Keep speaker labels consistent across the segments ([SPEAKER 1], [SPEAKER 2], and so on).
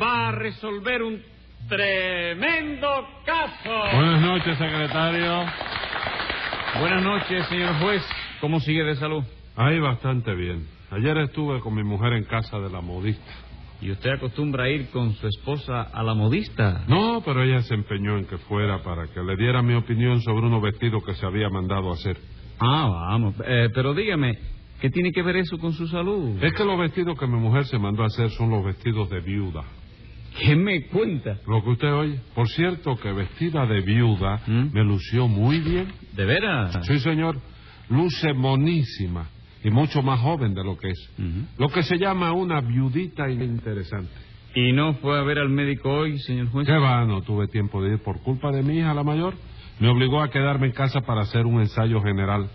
[SPEAKER 1] va a resolver un tremendo caso.
[SPEAKER 2] Buenas noches, secretario.
[SPEAKER 1] Buenas noches, señor juez. ¿Cómo sigue de salud?
[SPEAKER 2] Ahí bastante bien. Ayer estuve con mi mujer en casa de la modista.
[SPEAKER 1] ¿Y usted acostumbra a ir con su esposa a la modista?
[SPEAKER 2] No, pero ella se empeñó en que fuera para que le diera mi opinión sobre unos vestidos que se había mandado hacer.
[SPEAKER 1] Ah, vamos. Eh, pero dígame, ¿qué tiene que ver eso con su salud?
[SPEAKER 2] Es que los vestidos que mi mujer se mandó a hacer son los vestidos de viuda.
[SPEAKER 1] ¿Qué me cuenta?
[SPEAKER 2] Lo que usted oye. Por cierto, que vestida de viuda
[SPEAKER 1] ¿Mm? Ah.
[SPEAKER 2] me lució muy bien.
[SPEAKER 1] ¿De veras?
[SPEAKER 2] Sí, señor. Luce monísima y mucho más joven de lo que es.
[SPEAKER 1] Ujú.
[SPEAKER 2] Lo que se llama una viudita interesante.
[SPEAKER 1] ¿Y no fue a ver al médico hoy, señor juez?
[SPEAKER 2] Qué va, no tuve tiempo de ir por culpa de mi hija, la mayor. Me obligó a quedarme en casa para hacer un ensayo general.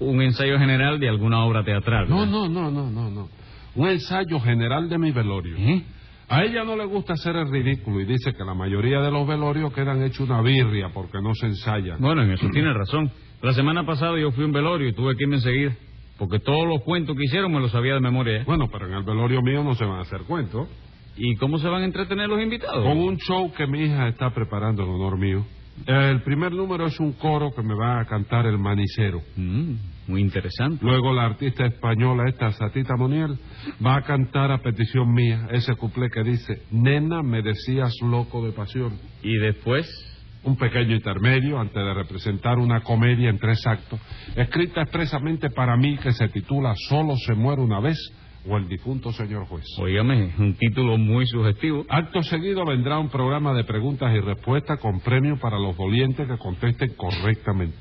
[SPEAKER 1] Un ensayo general de alguna obra teatral.
[SPEAKER 2] No,
[SPEAKER 1] ¿verdad?
[SPEAKER 2] no, no, no, no, no. Un ensayo general de mi velorio.
[SPEAKER 1] ¿Eh?
[SPEAKER 2] A ella no le gusta hacer el ridículo y dice que la mayoría de los velorios quedan hechos una birria porque no se ensayan.
[SPEAKER 1] Bueno, en eso tiene razón. La semana pasada yo fui a un velorio y tuve que irme enseguida. Porque todos los cuentos que hicieron me los sabía de memoria. ¿eh?
[SPEAKER 2] Bueno, pero en el velorio mío no se van a hacer cuentos.
[SPEAKER 1] ¿Y cómo se van a entretener los invitados?
[SPEAKER 2] Con un show que mi hija está preparando en honor mío. El primer número es un coro que me va a cantar el manicero.
[SPEAKER 1] Mm, muy interesante.
[SPEAKER 2] Luego la artista española esta, Satita Moniel, va a cantar a petición mía ese cuplé que dice, nena, me decías loco de pasión.
[SPEAKER 1] ¿Y después?
[SPEAKER 2] Un pequeño intermedio antes de representar una comedia en tres actos, escrita expresamente para mí que se titula Solo se muere una vez o el difunto señor juez.
[SPEAKER 1] Óigame, un título muy sugestivo.
[SPEAKER 2] Acto seguido vendrá un programa de preguntas y respuestas con premio para los dolientes que contesten correctamente.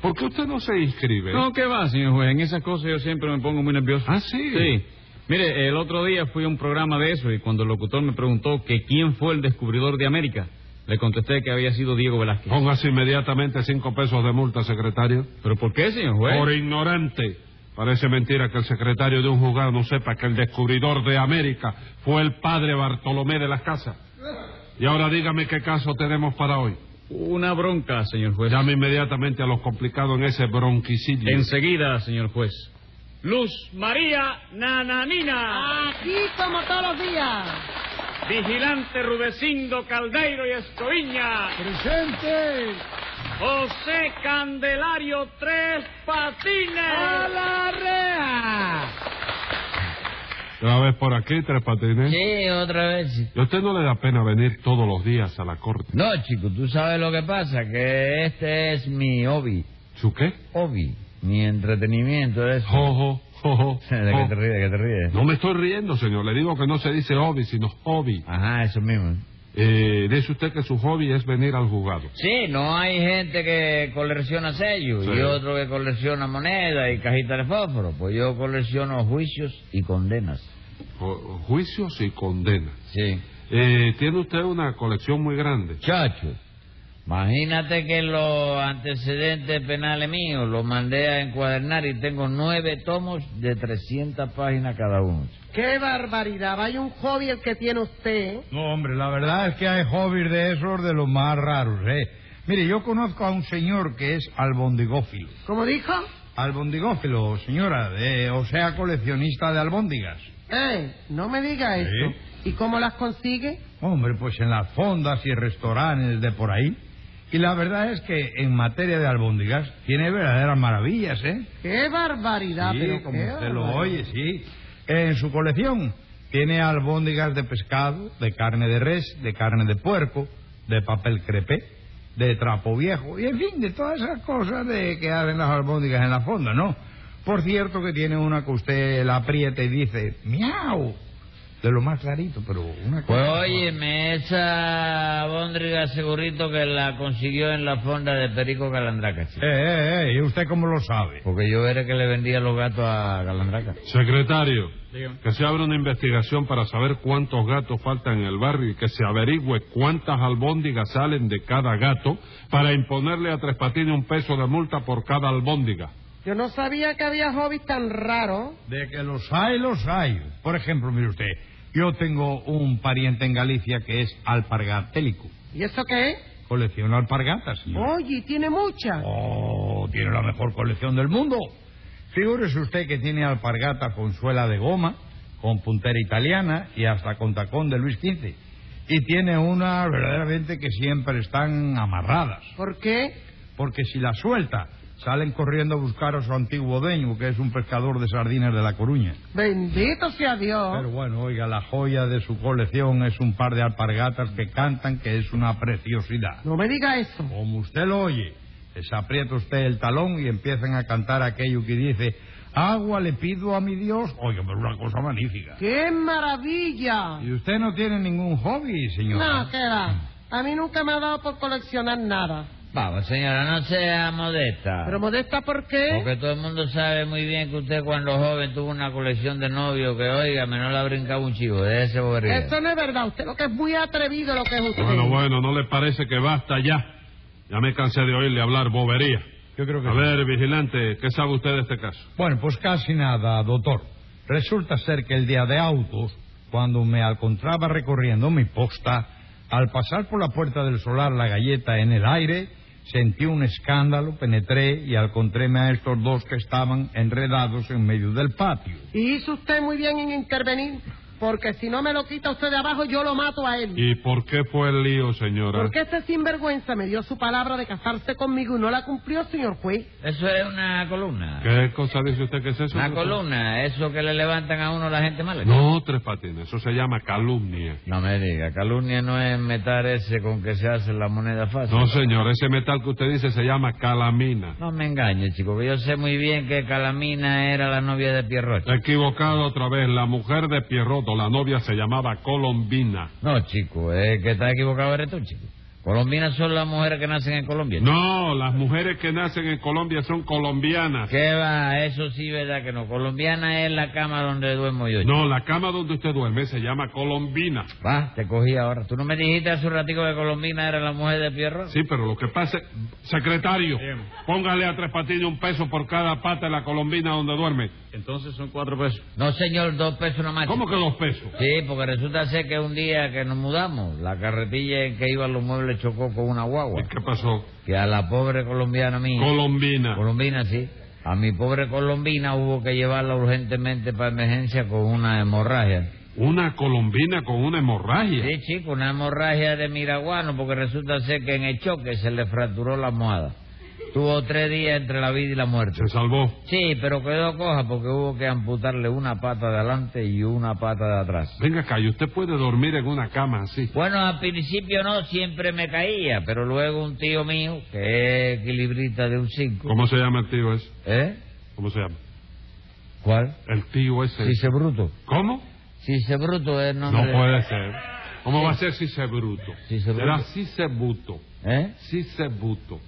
[SPEAKER 2] ¿Por qué usted no se inscribe?
[SPEAKER 1] No, ¿qué va, señor juez? En esas cosas yo siempre me pongo muy nervioso.
[SPEAKER 2] Ah, sí.
[SPEAKER 1] Sí. Mire, el otro día fui a un programa de eso y cuando el locutor me preguntó que quién fue el descubridor de América, le contesté que había sido Diego Velázquez.
[SPEAKER 2] Póngase inmediatamente cinco pesos de multa, secretario.
[SPEAKER 1] ¿Pero por qué, señor
[SPEAKER 3] Pues.
[SPEAKER 1] juez?
[SPEAKER 2] Por ignorante. Parece mentira que el secretario de un juzgado no sepa que el descubridor de América fue el padre Bartolomé de las Casas. Y ahora dígame qué caso tenemos para hoy. Pues
[SPEAKER 1] Una bronca, señor juez.
[SPEAKER 2] Llame inmediatamente a los complicados en ese bronquicidio.
[SPEAKER 1] Enseguida, señor juez. Luz María Nananina.
[SPEAKER 4] Aquí como todos los días.
[SPEAKER 1] Vigilante Rudecindo Caldeiro y Escoviña.
[SPEAKER 4] Presente.
[SPEAKER 1] José Candelario Tres Patines.
[SPEAKER 4] A la rea.
[SPEAKER 2] Otra vez por aquí, Tres Patines.
[SPEAKER 3] Sí, otra vez. sí.
[SPEAKER 2] ¿Y a usted no le da pena venir todos los días a la corte?
[SPEAKER 3] No, chico, tú sabes lo que pasa, que este es mi hobby.
[SPEAKER 2] ¿Su qué?
[SPEAKER 3] Hobby. Mi entretenimiento es...
[SPEAKER 2] Jojo, jojo.
[SPEAKER 3] ¿De qué te
[SPEAKER 2] jo.
[SPEAKER 3] ríes? ¿De qué te ríes?
[SPEAKER 2] No me estoy riendo, señor. Le digo que no se dice hobby, sino hobby.
[SPEAKER 3] Ajá, eso mismo.
[SPEAKER 2] Eh, dice usted que su hobby es venir al juzgado.
[SPEAKER 3] Sí, no hay gente que colecciona sellos
[SPEAKER 2] Sí.
[SPEAKER 3] y otro que colecciona monedas y cajitas de fósforo. Pues yo colecciono juicios y condenas.
[SPEAKER 2] Ju- juicios y condenas.
[SPEAKER 3] Sí.
[SPEAKER 2] Eh, tiene usted una colección muy grande.
[SPEAKER 3] Chacho, imagínate que los antecedentes penales míos los mandé a encuadernar y tengo nueve tomos de 300 páginas cada uno.
[SPEAKER 4] Qué barbaridad. Vaya un hobby el que tiene usted.
[SPEAKER 5] No, hombre, la verdad es que hay hobbies de esos de los más raros, ¿eh? Mire, yo conozco a un señor que es albondigófilo.
[SPEAKER 4] ¿Cómo dijo?
[SPEAKER 5] Albondigófilo, señora, de- o sea, coleccionista de albóndigas.
[SPEAKER 4] Eh, no me diga eso. ¿Y cómo las consigue?
[SPEAKER 5] Hombre, pues en las fondas y restaurantes de por ahí. Y la verdad es que en materia de albóndigas tiene verdaderas maravillas, ¿eh?
[SPEAKER 4] Qué barbaridad,
[SPEAKER 5] sí,
[SPEAKER 4] pero
[SPEAKER 5] como
[SPEAKER 4] qué
[SPEAKER 5] usted lo
[SPEAKER 4] barbaridad.
[SPEAKER 5] oye, sí. En su colección tiene albóndigas de pescado, de carne de res, de carne de puerco, de papel crepé, de trapo viejo y, en fin, de todas esas cosas de que hacen las albóndigas en la fonda, ¿no? Por cierto que tiene una que usted la aprieta y dice, miau, de lo más clarito, pero una cosa...
[SPEAKER 3] Pues óyeme, esa bóndriga segurito que la consiguió en la fonda de Perico Calandraca,
[SPEAKER 5] Eh,
[SPEAKER 3] chico.
[SPEAKER 5] eh, eh, ¿y usted cómo lo sabe?
[SPEAKER 3] Porque yo era que le vendía los gatos a Calandraca.
[SPEAKER 2] Secretario,
[SPEAKER 1] Dígame.
[SPEAKER 2] que se abra una investigación para saber cuántos gatos faltan en el barrio y que se averigüe cuántas albóndigas salen de cada gato para imponerle a Tres Patines un peso de multa por cada albóndiga.
[SPEAKER 4] Yo no sabía que había hobbies tan raros.
[SPEAKER 5] De que los hay, los hay. Por ejemplo, mire usted, yo tengo un pariente en Galicia que es alpargatélico.
[SPEAKER 4] ¿Y eso qué es?
[SPEAKER 5] Colecciona alpargatas, señor.
[SPEAKER 4] Oye, tiene muchas.
[SPEAKER 5] Oh, tiene la mejor colección del mundo. Figúrese usted que tiene alpargata con suela de goma, con puntera italiana y hasta con tacón de Luis XV. Y tiene una verdaderamente que siempre están amarradas.
[SPEAKER 4] ¿Por qué?
[SPEAKER 5] Porque si la suelta, salen corriendo a buscar a su antiguo dueño, que es un pescador de sardinas de La Coruña.
[SPEAKER 4] Bendito sea Dios.
[SPEAKER 5] Pero bueno, oiga, la joya de su colección es un par de alpargatas que cantan, que es una preciosidad.
[SPEAKER 4] No me diga eso.
[SPEAKER 5] Como usted lo oye, les aprieta usted el talón y empiezan a cantar aquello que dice, agua le pido a mi Dios. Oiga, pero una cosa magnífica.
[SPEAKER 4] ¡Qué maravilla!
[SPEAKER 5] Y usted no tiene ningún hobby, señora.
[SPEAKER 4] No, ¿qué va? A mí nunca me ha dado por coleccionar nada.
[SPEAKER 3] Vamos, señora, no sea modesta.
[SPEAKER 4] ¿Pero modesta por qué?
[SPEAKER 3] Porque todo el mundo sabe muy bien que usted cuando joven tuvo una colección de novios que, oiga, me no la brincaba un chivo, de ese bobería.
[SPEAKER 4] Eso no es verdad. Usted lo que es muy atrevido lo que es usted.
[SPEAKER 2] Bueno, bueno, ¿no le parece que basta ya? Ya me cansé de oírle hablar bobería.
[SPEAKER 5] Yo creo que
[SPEAKER 2] A
[SPEAKER 5] sí.
[SPEAKER 2] ver, vigilante, ¿qué sabe usted de este caso?
[SPEAKER 5] Bueno, pues casi nada, doctor. Resulta ser que el día de autos, cuando me encontraba recorriendo mi posta, al pasar por la puerta del solar la galleta en el aire, sentí un escándalo, penetré y encontré a estos dos que estaban enredados en medio del patio.
[SPEAKER 4] Y hizo usted muy bien en intervenir, porque si no me lo quita usted de abajo, yo lo mato a él.
[SPEAKER 2] ¿Y por qué fue el lío, señora?
[SPEAKER 4] Porque este sinvergüenza me dio su palabra de casarse conmigo y no la cumplió, señor juez.
[SPEAKER 3] Eso es una columna.
[SPEAKER 2] ¿Qué cosa dice usted que es eso?
[SPEAKER 3] Una
[SPEAKER 2] doctor?
[SPEAKER 3] columna, eso que le levantan a uno la gente mala.
[SPEAKER 2] No, Tres Patines, eso se llama calumnia.
[SPEAKER 3] No me diga, calumnia no es metar ese con que se hace la moneda fácil.
[SPEAKER 2] No, señor, ese metal que usted dice se llama calamina.
[SPEAKER 3] No me engañe, chico, que yo sé muy bien que Calamina era la novia de Pierrot.
[SPEAKER 2] Equivocado otra vez, la mujer de Pierroto, la novia se llamaba Colombina.
[SPEAKER 3] No, chico, es que está equivocado eres tú, chico. Colombinas son las mujeres que nacen en Colombia. chico.
[SPEAKER 2] No, las mujeres que nacen en Colombia son colombianas.
[SPEAKER 3] ¿Qué va? Eso sí, verdad que no. Colombiana es la cama donde duermo yo. chico.
[SPEAKER 2] No, la cama donde usted duerme se llama Colombina.
[SPEAKER 3] Va, te cogí ahora. ¿Tú no me dijiste hace un ratico que Colombina era la mujer de Pierrot?
[SPEAKER 2] Sí, pero lo que pasa... Secretario, póngale a Tres Patines un peso por cada pata de la Colombina donde duerme.
[SPEAKER 1] Entonces son cuatro pesos.
[SPEAKER 3] No, señor, dos pesos nomás. chico.
[SPEAKER 2] ¿Cómo que dos pesos?
[SPEAKER 3] Sí, porque resulta ser que un día que nos mudamos, la carretilla en que iban los muebles chocó con una guagua.
[SPEAKER 2] ¿Y ¿Qué pasó?
[SPEAKER 3] Que a la pobre colombiana mía,
[SPEAKER 2] Colombina.
[SPEAKER 3] colombina sí, a mi pobre colombina hubo que llevarla urgentemente para emergencia con una hemorragia.
[SPEAKER 2] Una colombina con una hemorragia.
[SPEAKER 3] Sí, chico, una hemorragia de miraguano, porque resulta ser que en el choque se le fracturó la almohada. Tuvo tres días entre la vida y la muerte.
[SPEAKER 2] Se salvó.
[SPEAKER 3] Sí, pero quedó coja porque hubo que amputarle una pata de adelante y una pata de atrás.
[SPEAKER 2] Venga acá, ¿y usted puede dormir en una cama así?
[SPEAKER 3] Bueno, al principio no, siempre me caía, pero luego un tío mío, que es equilibrista de un 5.
[SPEAKER 2] ¿Cómo se llama el tío ese?
[SPEAKER 3] ¿Eh?
[SPEAKER 2] ¿Cómo se llama?
[SPEAKER 3] ¿Cuál?
[SPEAKER 2] El tío ese.
[SPEAKER 3] Si se bruto.
[SPEAKER 2] ¿Cómo?
[SPEAKER 3] Si se bruto es
[SPEAKER 2] No,
[SPEAKER 3] nombre de-
[SPEAKER 2] puede ser. ¿Cómo va a ser si se bruto?
[SPEAKER 3] Cice bruto.
[SPEAKER 2] Será si se buto.
[SPEAKER 3] ¿Eh?
[SPEAKER 2] Si se buto.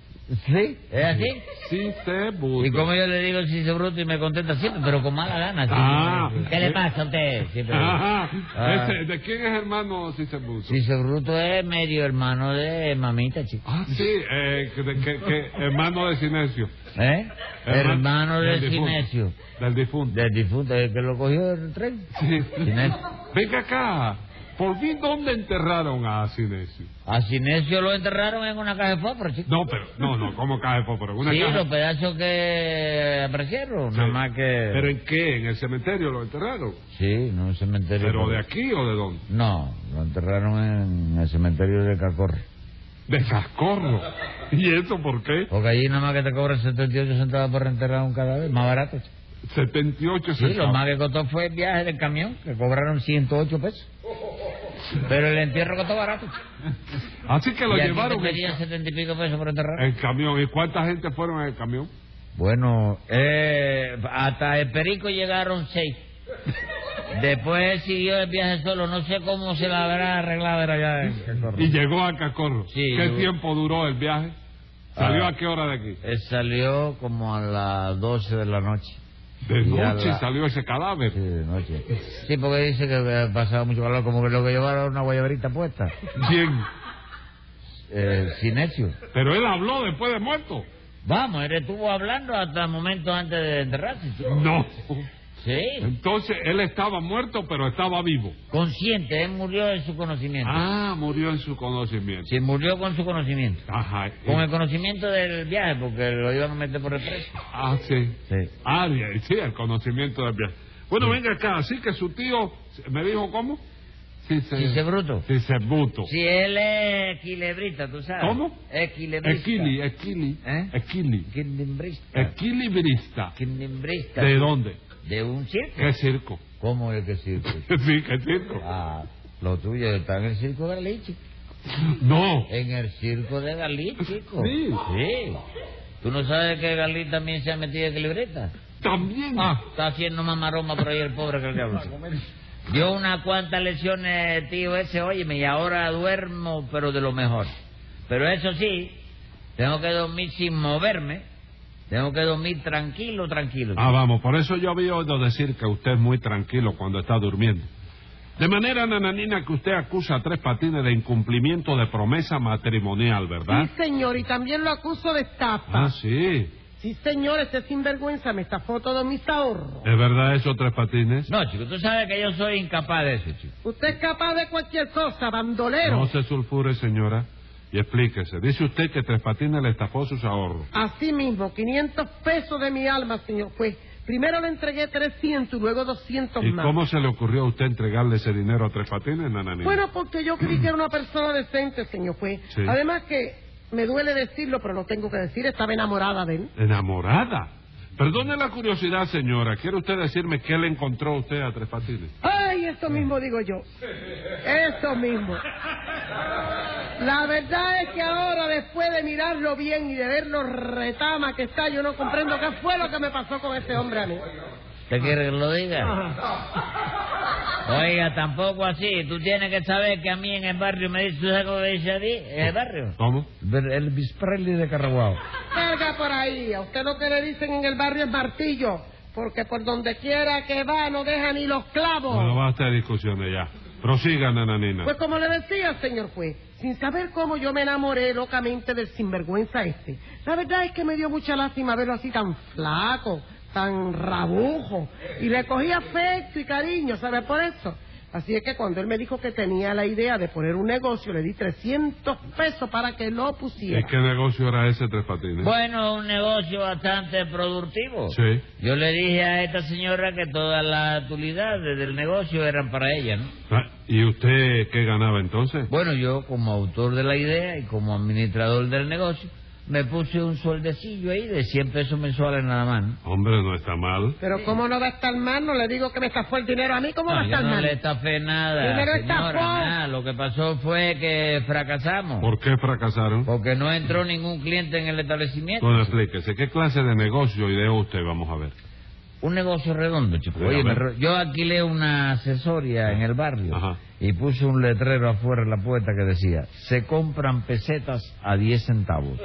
[SPEAKER 3] ¿Sí? ¿Es así?
[SPEAKER 2] Si se buto.
[SPEAKER 3] Y como yo le digo si se bruto y me contesta siempre, pero con mala gana. sí.
[SPEAKER 2] Ah.
[SPEAKER 3] ¿Qué le pasa a usted? Siempre.
[SPEAKER 2] Ajá.
[SPEAKER 3] Ah.
[SPEAKER 2] Ese, ¿De quién es hermano si se buto?
[SPEAKER 3] Si se bruto es medio hermano de mamita, chico.
[SPEAKER 2] Ah, sí, eh, que, que- que- hermano de Sinesio.
[SPEAKER 3] ¿Eh?
[SPEAKER 2] Herma-
[SPEAKER 3] Hermano
[SPEAKER 2] del
[SPEAKER 3] de
[SPEAKER 2] difunto.
[SPEAKER 3] Sinesio.
[SPEAKER 2] Del difunto.
[SPEAKER 3] Del difunto, el que lo cogió el tren.
[SPEAKER 2] Sí.
[SPEAKER 3] Sinesio.
[SPEAKER 2] Venga acá. ¿Por fin dónde enterraron a Sinesio?
[SPEAKER 3] A Sinesio lo enterraron en una caja de fósforo, chico.
[SPEAKER 2] No, pero, no, no, ¿cómo cae por por una
[SPEAKER 3] sí,
[SPEAKER 2] caja?
[SPEAKER 3] los pedazos que aparecieron,
[SPEAKER 2] Sí.
[SPEAKER 3] nada más que...
[SPEAKER 2] ¿Pero en qué? ¿En el cementerio lo enterraron?
[SPEAKER 3] Sí, en un cementerio...
[SPEAKER 2] ¿Pero de aquí o de dónde?
[SPEAKER 3] No, lo enterraron en el cementerio de Cacorre.
[SPEAKER 2] De Cascorro. ¿Y eso por qué?
[SPEAKER 3] Porque allí nada más que te cobran 78 centavos por enterrar un cadáver, más barato. chico.
[SPEAKER 2] 78
[SPEAKER 3] Sí, lo
[SPEAKER 2] centavos.
[SPEAKER 3] más que costó fue el viaje del camión, que cobraron 108 pesos. Pero el entierro costó barato. chico.
[SPEAKER 2] Así que lo
[SPEAKER 3] y aquí
[SPEAKER 2] llevaron
[SPEAKER 3] te
[SPEAKER 2] en,
[SPEAKER 3] pedían 70 y pico pesos por enterrar.
[SPEAKER 2] en camión. ¿Y cuánta gente fueron en el camión?
[SPEAKER 3] Bueno, eh, hasta el Perico llegaron seis. Después siguió el viaje solo, no sé cómo se la habrá arreglado era allá en Cacorro.
[SPEAKER 2] Y llegó a Cascorro.
[SPEAKER 3] Sí,
[SPEAKER 2] ¿Qué
[SPEAKER 3] llegó.
[SPEAKER 2] tiempo duró el viaje? ¿Salió
[SPEAKER 3] Ah.
[SPEAKER 2] a qué hora de aquí?
[SPEAKER 3] Eh, salió como a las 12 de la noche.
[SPEAKER 2] De
[SPEAKER 3] Y a
[SPEAKER 2] noche
[SPEAKER 3] la-
[SPEAKER 2] salió ese cadáver.
[SPEAKER 3] Sí, de noche. Sí, porque dice que eh, pasaba mucho calor, como que lo que llevaba era una guayaberita puesta.
[SPEAKER 2] Bien.
[SPEAKER 3] Eh, Sinesio.
[SPEAKER 2] Pero él habló después de muerto.
[SPEAKER 3] Vamos, él estuvo hablando hasta momentos antes de enterrarse. chico.
[SPEAKER 2] No.
[SPEAKER 3] Sí,
[SPEAKER 2] Entonces él estaba muerto, pero estaba vivo.
[SPEAKER 3] consciente, él murió en su conocimiento.
[SPEAKER 2] Ah, murió en su conocimiento.
[SPEAKER 3] Sí, murió con su conocimiento.
[SPEAKER 2] Ajá. y-
[SPEAKER 3] Con el conocimiento del viaje, porque lo iban a meter por el preso.
[SPEAKER 2] Ah, sí.
[SPEAKER 3] Sí.
[SPEAKER 2] Ah, bien, sí, el conocimiento del viaje. Bueno, venga acá, así que su tío me dijo cómo?
[SPEAKER 3] Cisebruto.
[SPEAKER 2] Cisebuto.
[SPEAKER 3] Si él es quilebrita, ¿tú sabes?
[SPEAKER 2] ¿Cómo?
[SPEAKER 3] Es quilebrista.
[SPEAKER 2] Equili, equili,
[SPEAKER 3] ¿Eh? Ah.
[SPEAKER 2] equili,
[SPEAKER 3] Quindimbrista.
[SPEAKER 2] equilibrista.
[SPEAKER 3] Quindimbrista.
[SPEAKER 2] ¿De dónde?
[SPEAKER 3] De un circo.
[SPEAKER 2] ¿Qué circo?
[SPEAKER 3] ¿Cómo es que circo?
[SPEAKER 2] Sí, ¿qué circo?
[SPEAKER 3] Ah, lo tuyo está en el circo de Dalí, chico.
[SPEAKER 2] No.
[SPEAKER 3] En el circo de Dalí, chico.
[SPEAKER 2] Sí.
[SPEAKER 3] Sí. ¿Tú no sabes que Dalí también se ha metido en equilibrista?
[SPEAKER 2] También.
[SPEAKER 3] Ah, está haciendo más maroma por ahí el pobre que el diablo. Dio unas cuantas lesiones, tío, ese, óyeme, y ahora duermo, pero de lo mejor. Pero eso sí, tengo que dormir sin moverme, tengo que dormir tranquilo, tranquilo.
[SPEAKER 2] Ah, vamos, por eso yo había oído decir que usted es muy tranquilo cuando está durmiendo. De manera, Nananina, que usted acusa a Tres Patines de incumplimiento de promesa matrimonial, ¿verdad?
[SPEAKER 4] Sí, señor, y también lo acuso de estafa.
[SPEAKER 2] Ah, sí.
[SPEAKER 4] Sí, señor, ese sinvergüenza me estafó todos mis ahorros.
[SPEAKER 2] ¿Es verdad eso, Tres Patines?
[SPEAKER 3] No, chico, tú sabes que yo soy incapaz de eso, chico.
[SPEAKER 4] Usted es capaz de cualquier cosa, bandolero.
[SPEAKER 2] No se sulfure, señora, y explíquese. Dice usted que Tres Patines le estafó sus ahorros.
[SPEAKER 4] Así mismo, 500 pesos de mi alma, señor juez. Primero le entregué 300 y luego 200
[SPEAKER 2] ¿Y
[SPEAKER 4] más.
[SPEAKER 2] cómo se le ocurrió a usted entregarle ese dinero a Tres Patines, Nananina?
[SPEAKER 4] Bueno, porque yo creí que era una persona decente, señor juez.
[SPEAKER 2] Sí.
[SPEAKER 4] Además que me duele decirlo, pero lo tengo que decir, estaba enamorada de él.
[SPEAKER 2] ¿Enamorada? Perdone la curiosidad, señora. ¿Quiere usted decirme qué le encontró usted a Tres Patines?
[SPEAKER 4] Ay, eso mismo digo yo. Eso mismo. La verdad es que ahora, después de mirarlo bien y de verlo retama que está, yo no comprendo qué fue lo que me pasó con ese hombre a mí.
[SPEAKER 3] ¿Usted quiere que lo diga?
[SPEAKER 4] Ajá.
[SPEAKER 2] Ah.
[SPEAKER 3] Oiga, tampoco así. Tú tienes que saber que a mí en el barrio me dice, ¿tú sabes cómo me dice a ti? ¿En el barrio?
[SPEAKER 2] ¿Cómo?
[SPEAKER 3] El Presley de Caraguao.
[SPEAKER 4] Salga por ahí. A usted lo que le dicen en el barrio es martillo. Porque por donde quiera que va no deja ni los clavos.
[SPEAKER 2] Bueno, basta de discusiones ya. Prosiga, nananina.
[SPEAKER 4] Pues como le decía, señor juez, sin saber cómo yo me enamoré locamente del sinvergüenza este. La verdad es que me dio mucha lástima verlo así tan flaco, tan rabujo. Y le cogí afecto y cariño, ¿sabe por eso? Así es que cuando él me dijo que tenía la idea de poner un negocio, le di 300 pesos para que lo pusiera.
[SPEAKER 2] ¿Y qué negocio era ese, Tres Patines?
[SPEAKER 3] Bueno, un negocio bastante productivo.
[SPEAKER 2] Sí.
[SPEAKER 3] Yo le dije a esta señora que todas las utilidades del negocio eran para ella, ¿no?
[SPEAKER 2] Ah, ¿Y usted qué ganaba entonces?
[SPEAKER 3] Bueno, yo como autor de la idea y como administrador del negocio, me puse un soldecillo ahí de 100 pesos mensuales nada más, ¿no?
[SPEAKER 2] Hombre, no está mal.
[SPEAKER 4] Pero cómo no va a estar mal, no le digo que me estafó el dinero a mí, ¿cómo va a
[SPEAKER 3] No, Ah, yo
[SPEAKER 4] estar
[SPEAKER 3] no
[SPEAKER 4] mal?
[SPEAKER 3] le estafé nada,
[SPEAKER 4] Primero
[SPEAKER 3] señora,
[SPEAKER 4] estafó.
[SPEAKER 3] nada. Lo que pasó fue que fracasamos.
[SPEAKER 2] ¿Por qué fracasaron?
[SPEAKER 3] Porque no entró ningún cliente en el establecimiento.
[SPEAKER 2] Bueno, explíquese. ¿Qué clase de negocio ideó usted? Vamos a ver.
[SPEAKER 3] Un negocio redondo, chico.
[SPEAKER 2] Sí,
[SPEAKER 3] Oye,
[SPEAKER 2] a ver.
[SPEAKER 3] me- yo alquilé una asesoría en el barrio
[SPEAKER 2] Ajá.
[SPEAKER 3] y puse un letrero afuera en la puerta que decía, se compran pesetas a 10 centavos.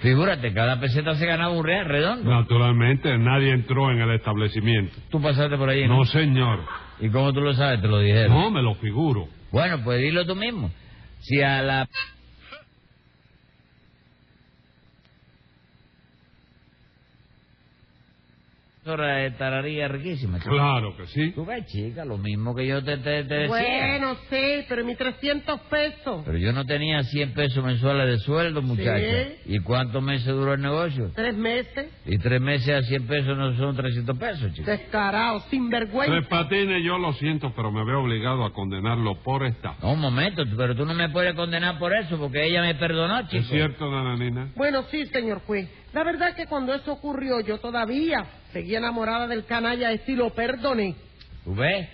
[SPEAKER 3] Figúrate, cada peseta se ganaba un real redondo.
[SPEAKER 2] Naturalmente, nadie entró en el establecimiento.
[SPEAKER 3] Tú pasaste por ahí, ¿no?
[SPEAKER 2] No, señor.
[SPEAKER 3] ¿Y cómo tú lo sabes? Te lo dijeron.
[SPEAKER 2] No, me lo figuro.
[SPEAKER 3] Bueno, pues dilo tú mismo. Si a la... Hora de tararía riquísima. chico.
[SPEAKER 2] Claro que sí.
[SPEAKER 3] Tú ves, chica, lo mismo que yo te, te, te decía.
[SPEAKER 4] Bueno, sí, pero mis 300 pesos.
[SPEAKER 3] Pero yo no tenía 100 pesos mensuales de sueldo, muchacha. ¿Y cuántos meses duró el negocio?
[SPEAKER 4] Tres meses,
[SPEAKER 3] Y tres meses a 100 pesos no son 300 pesos, chico.
[SPEAKER 4] descarado, sinvergüenza.
[SPEAKER 2] Tres Patines, yo lo siento, pero me veo obligado a condenarlo por esta.
[SPEAKER 3] No, un momento, pero tú no me puedes condenar por eso, porque ella me perdonó, chico.
[SPEAKER 2] ¿Es cierto, Nananina?
[SPEAKER 4] Bueno, sí, señor juez. La verdad es que cuando eso ocurrió, yo todavía seguía enamorada del canalla este y lo perdoné.
[SPEAKER 3] ¿Tú ves?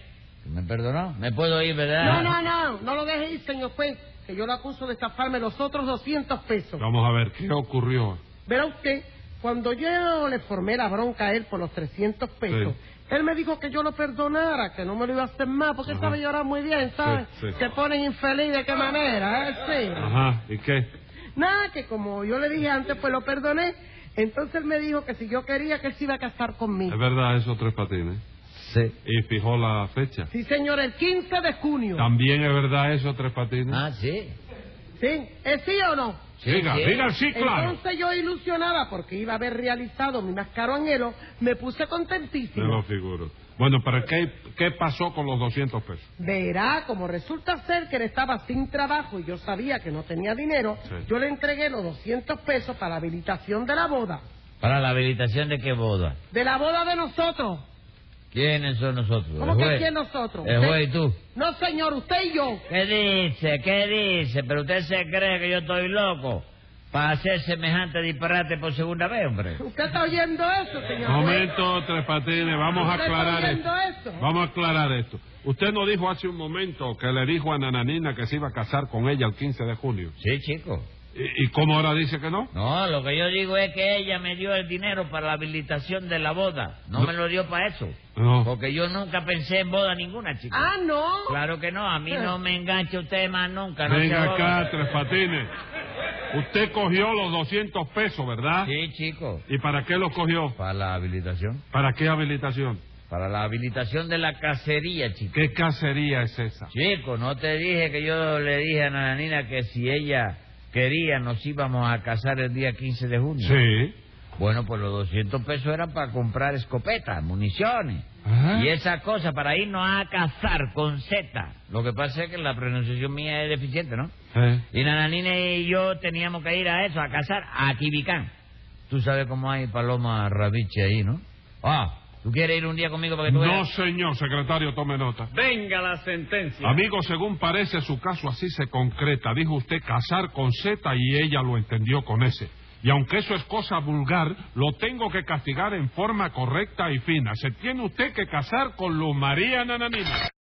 [SPEAKER 3] Me perdonó. Me puedo ir,
[SPEAKER 2] Ah.
[SPEAKER 3] ¿verdad?
[SPEAKER 4] No, no, no, no lo deje ir, señor juez, que yo lo acuso de estafarme los otros 200 pesos.
[SPEAKER 2] Vamos a ver, ¿qué ocurrió?
[SPEAKER 4] Verá usted, cuando yo le formé la bronca a él por los 300 pesos, él me dijo que yo lo perdonara, que no me lo iba a hacer más, porque
[SPEAKER 2] Ajá.
[SPEAKER 4] sabe llorar muy bien, ¿sabe?
[SPEAKER 2] Sí, sí.
[SPEAKER 4] Se ponen infeliz de qué manera, ¿eh? Sí.
[SPEAKER 2] Ajá, ¿y qué?
[SPEAKER 4] Nada, que como yo le dije antes, pues lo perdoné. Entonces él me dijo que si yo quería que él se iba a casar conmigo.
[SPEAKER 2] ¿Es verdad eso, Tres Patines?
[SPEAKER 3] Sí.
[SPEAKER 2] ¿Y fijó la fecha?
[SPEAKER 4] Sí, señor, el 15 de junio.
[SPEAKER 2] ¿También es verdad eso, Tres Patines?
[SPEAKER 3] Ah, sí.
[SPEAKER 4] ¿Sí? ¿Es sí o no?
[SPEAKER 3] Sí,
[SPEAKER 2] diga,
[SPEAKER 3] sí.
[SPEAKER 2] diga sí, claro.
[SPEAKER 4] Entonces yo ilusionada porque iba a haber realizado mi más caro anhelo, me puse
[SPEAKER 2] Me lo
[SPEAKER 4] contentísima.
[SPEAKER 2] figuro. Bueno, pero ¿qué, qué pasó con los 200 pesos?
[SPEAKER 4] Verá, como resulta ser que él estaba sin trabajo y yo sabía que no tenía dinero,
[SPEAKER 2] Sí.
[SPEAKER 4] yo le entregué los 200 pesos para la habilitación de la boda.
[SPEAKER 3] Para la habilitación de qué boda.
[SPEAKER 4] De la boda de nosotros.
[SPEAKER 3] ¿Quiénes son nosotros?
[SPEAKER 4] ¿Cómo
[SPEAKER 3] ¿El
[SPEAKER 4] que
[SPEAKER 3] juez?
[SPEAKER 4] quién nosotros?
[SPEAKER 3] El
[SPEAKER 4] Usted-
[SPEAKER 3] juez y tú.
[SPEAKER 4] No, señor, usted y yo.
[SPEAKER 3] ¿Qué dice? ¿Qué dice? ¿Pero usted se cree que yo estoy loco para hacer semejante disparate por segunda vez, hombre?
[SPEAKER 4] ¿Usted está oyendo eso, señor? juez?
[SPEAKER 2] Momento, Tres Patines, vamos a
[SPEAKER 4] ¿Usted está
[SPEAKER 2] aclarar esto.
[SPEAKER 4] oyendo eso?
[SPEAKER 2] Vamos a aclarar esto. Usted no dijo hace un momento que le dijo a Nananina que se iba a casar con ella el 15 de junio.
[SPEAKER 3] Sí, chico.
[SPEAKER 2] ¿Y, y cómo ahora dice que no?
[SPEAKER 3] No, lo que yo digo es que ella me dio el dinero para la habilitación de la boda. No,
[SPEAKER 2] No.
[SPEAKER 3] me lo dio para eso.
[SPEAKER 2] No.
[SPEAKER 3] Porque yo nunca pensé en boda ninguna, chico.
[SPEAKER 4] Ah, no.
[SPEAKER 3] Claro que no, a mí no me engancha usted más nunca. No sea
[SPEAKER 2] Venga
[SPEAKER 3] boba.
[SPEAKER 2] acá, Tres Patines. Usted cogió los 200 pesos, ¿verdad?
[SPEAKER 3] Sí, chico.
[SPEAKER 2] ¿Y para qué los cogió?
[SPEAKER 3] Para la habilitación.
[SPEAKER 2] ¿Para qué habilitación?
[SPEAKER 3] Para la habilitación de la cacería, chico.
[SPEAKER 2] ¿Qué cacería es esa?
[SPEAKER 3] Chico, no te dije que yo le dije a Nananina que si ella quería nos íbamos a casar el día 15 de junio.
[SPEAKER 2] Sí.
[SPEAKER 3] Bueno, pues los 200 pesos eran para comprar escopetas, municiones.
[SPEAKER 2] Ajá.
[SPEAKER 3] Y esa cosa para irnos a cazar con Z. Lo que pasa es que la pronunciación mía es deficiente, ¿no?
[SPEAKER 2] Eh.
[SPEAKER 3] Y Nananina y yo teníamos que ir a eso, a cazar a Tibicán. Tú sabes cómo hay paloma rabiche ahí, ¿no? Ah, ¿tú quieres ir un día conmigo para que tú
[SPEAKER 2] No,
[SPEAKER 3] veas?
[SPEAKER 2] señor secretario, tome nota.
[SPEAKER 1] Venga la sentencia.
[SPEAKER 2] Amigo, según parece, su caso así se concreta. Dijo usted casar con Z y ella lo entendió con S. Y aunque eso es cosa vulgar, lo tengo que castigar en forma correcta y fina. Se tiene usted que casar con Luz María Nananina.